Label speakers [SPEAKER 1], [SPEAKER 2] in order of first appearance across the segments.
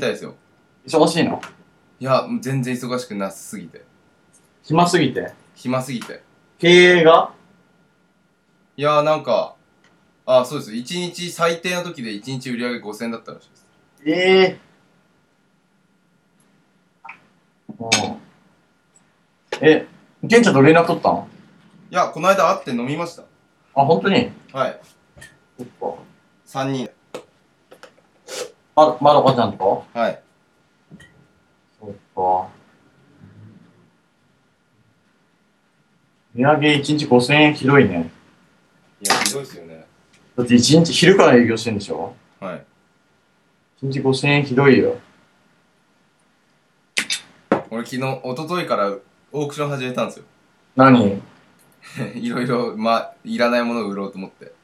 [SPEAKER 1] たいですよ。
[SPEAKER 2] 忙しいの
[SPEAKER 1] いや、もう全然忙しくなさすぎて。
[SPEAKER 2] 暇すぎて。
[SPEAKER 1] 暇すぎて。
[SPEAKER 2] 経営が
[SPEAKER 1] いやーなんか、あ、そうです。一日、最低の時で一日売り上げ5000だったらしいです。
[SPEAKER 2] ええうん。え、ケンちゃんと連絡取ったの
[SPEAKER 1] いや、この間会って飲みました。
[SPEAKER 2] あ、本当に
[SPEAKER 1] はい。
[SPEAKER 2] そっか。
[SPEAKER 1] 3人。
[SPEAKER 2] ま、まどかちゃんと
[SPEAKER 1] はい。
[SPEAKER 2] そっか。値上げ1日5000円ひどいね。
[SPEAKER 1] いや、ひどいですよね。
[SPEAKER 2] だって1日昼から営業してんでしょ
[SPEAKER 1] はい。
[SPEAKER 2] ?1 日5000円ひどいよ。
[SPEAKER 1] 俺昨日、一昨日からオークション始めたんですよ。
[SPEAKER 2] 何
[SPEAKER 1] いろいろ、まあ、いらないものを売ろうと思って。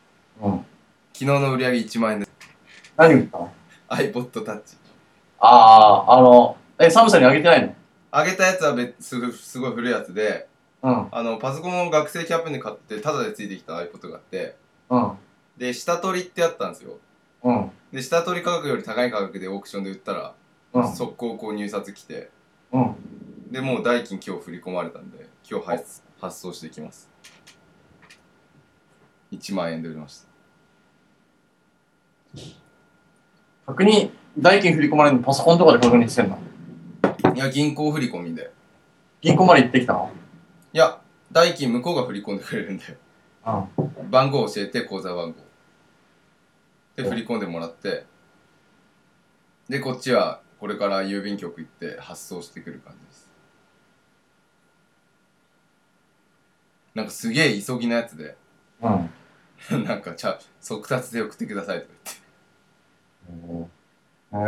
[SPEAKER 2] うん。
[SPEAKER 1] 昨日の売り上げ1万円です。
[SPEAKER 2] 何売ったの
[SPEAKER 1] iPod Touch。
[SPEAKER 2] ああ、あの、え、サムさんにあげてないの
[SPEAKER 1] あげたやつは別すごいすごい古いやつで、
[SPEAKER 2] うん、
[SPEAKER 1] あの、パソコンを学生キャンペーンで買って、タダでついてきた iPod があって、
[SPEAKER 2] うん、
[SPEAKER 1] で、下取りってあったんですよ。
[SPEAKER 2] うん、
[SPEAKER 1] で、下取り価格より高い価格でオークションで売ったら、
[SPEAKER 2] うん、
[SPEAKER 1] 速攻こう入札来て、
[SPEAKER 2] うん。
[SPEAKER 1] で、もう代金今日振り込まれたんで、今日配送発送していきます。1万円で売りました。
[SPEAKER 2] 確認、代金振り込まれるのパソコンとかで確認してんの
[SPEAKER 1] いや、銀行振り込みで。
[SPEAKER 2] 銀行まで行ってきたの
[SPEAKER 1] いや、代金向こうが振り込んでくれるんで、
[SPEAKER 2] うん。
[SPEAKER 1] 番号教えて、口座番号。で、振り込んでもらって、で、こっちはこれから郵便局行って発送してくる感じです。なんかすげえ急ぎなやつで、
[SPEAKER 2] うん。
[SPEAKER 1] なんか、じゃあ、速達で送ってくださいとか言って。
[SPEAKER 2] うん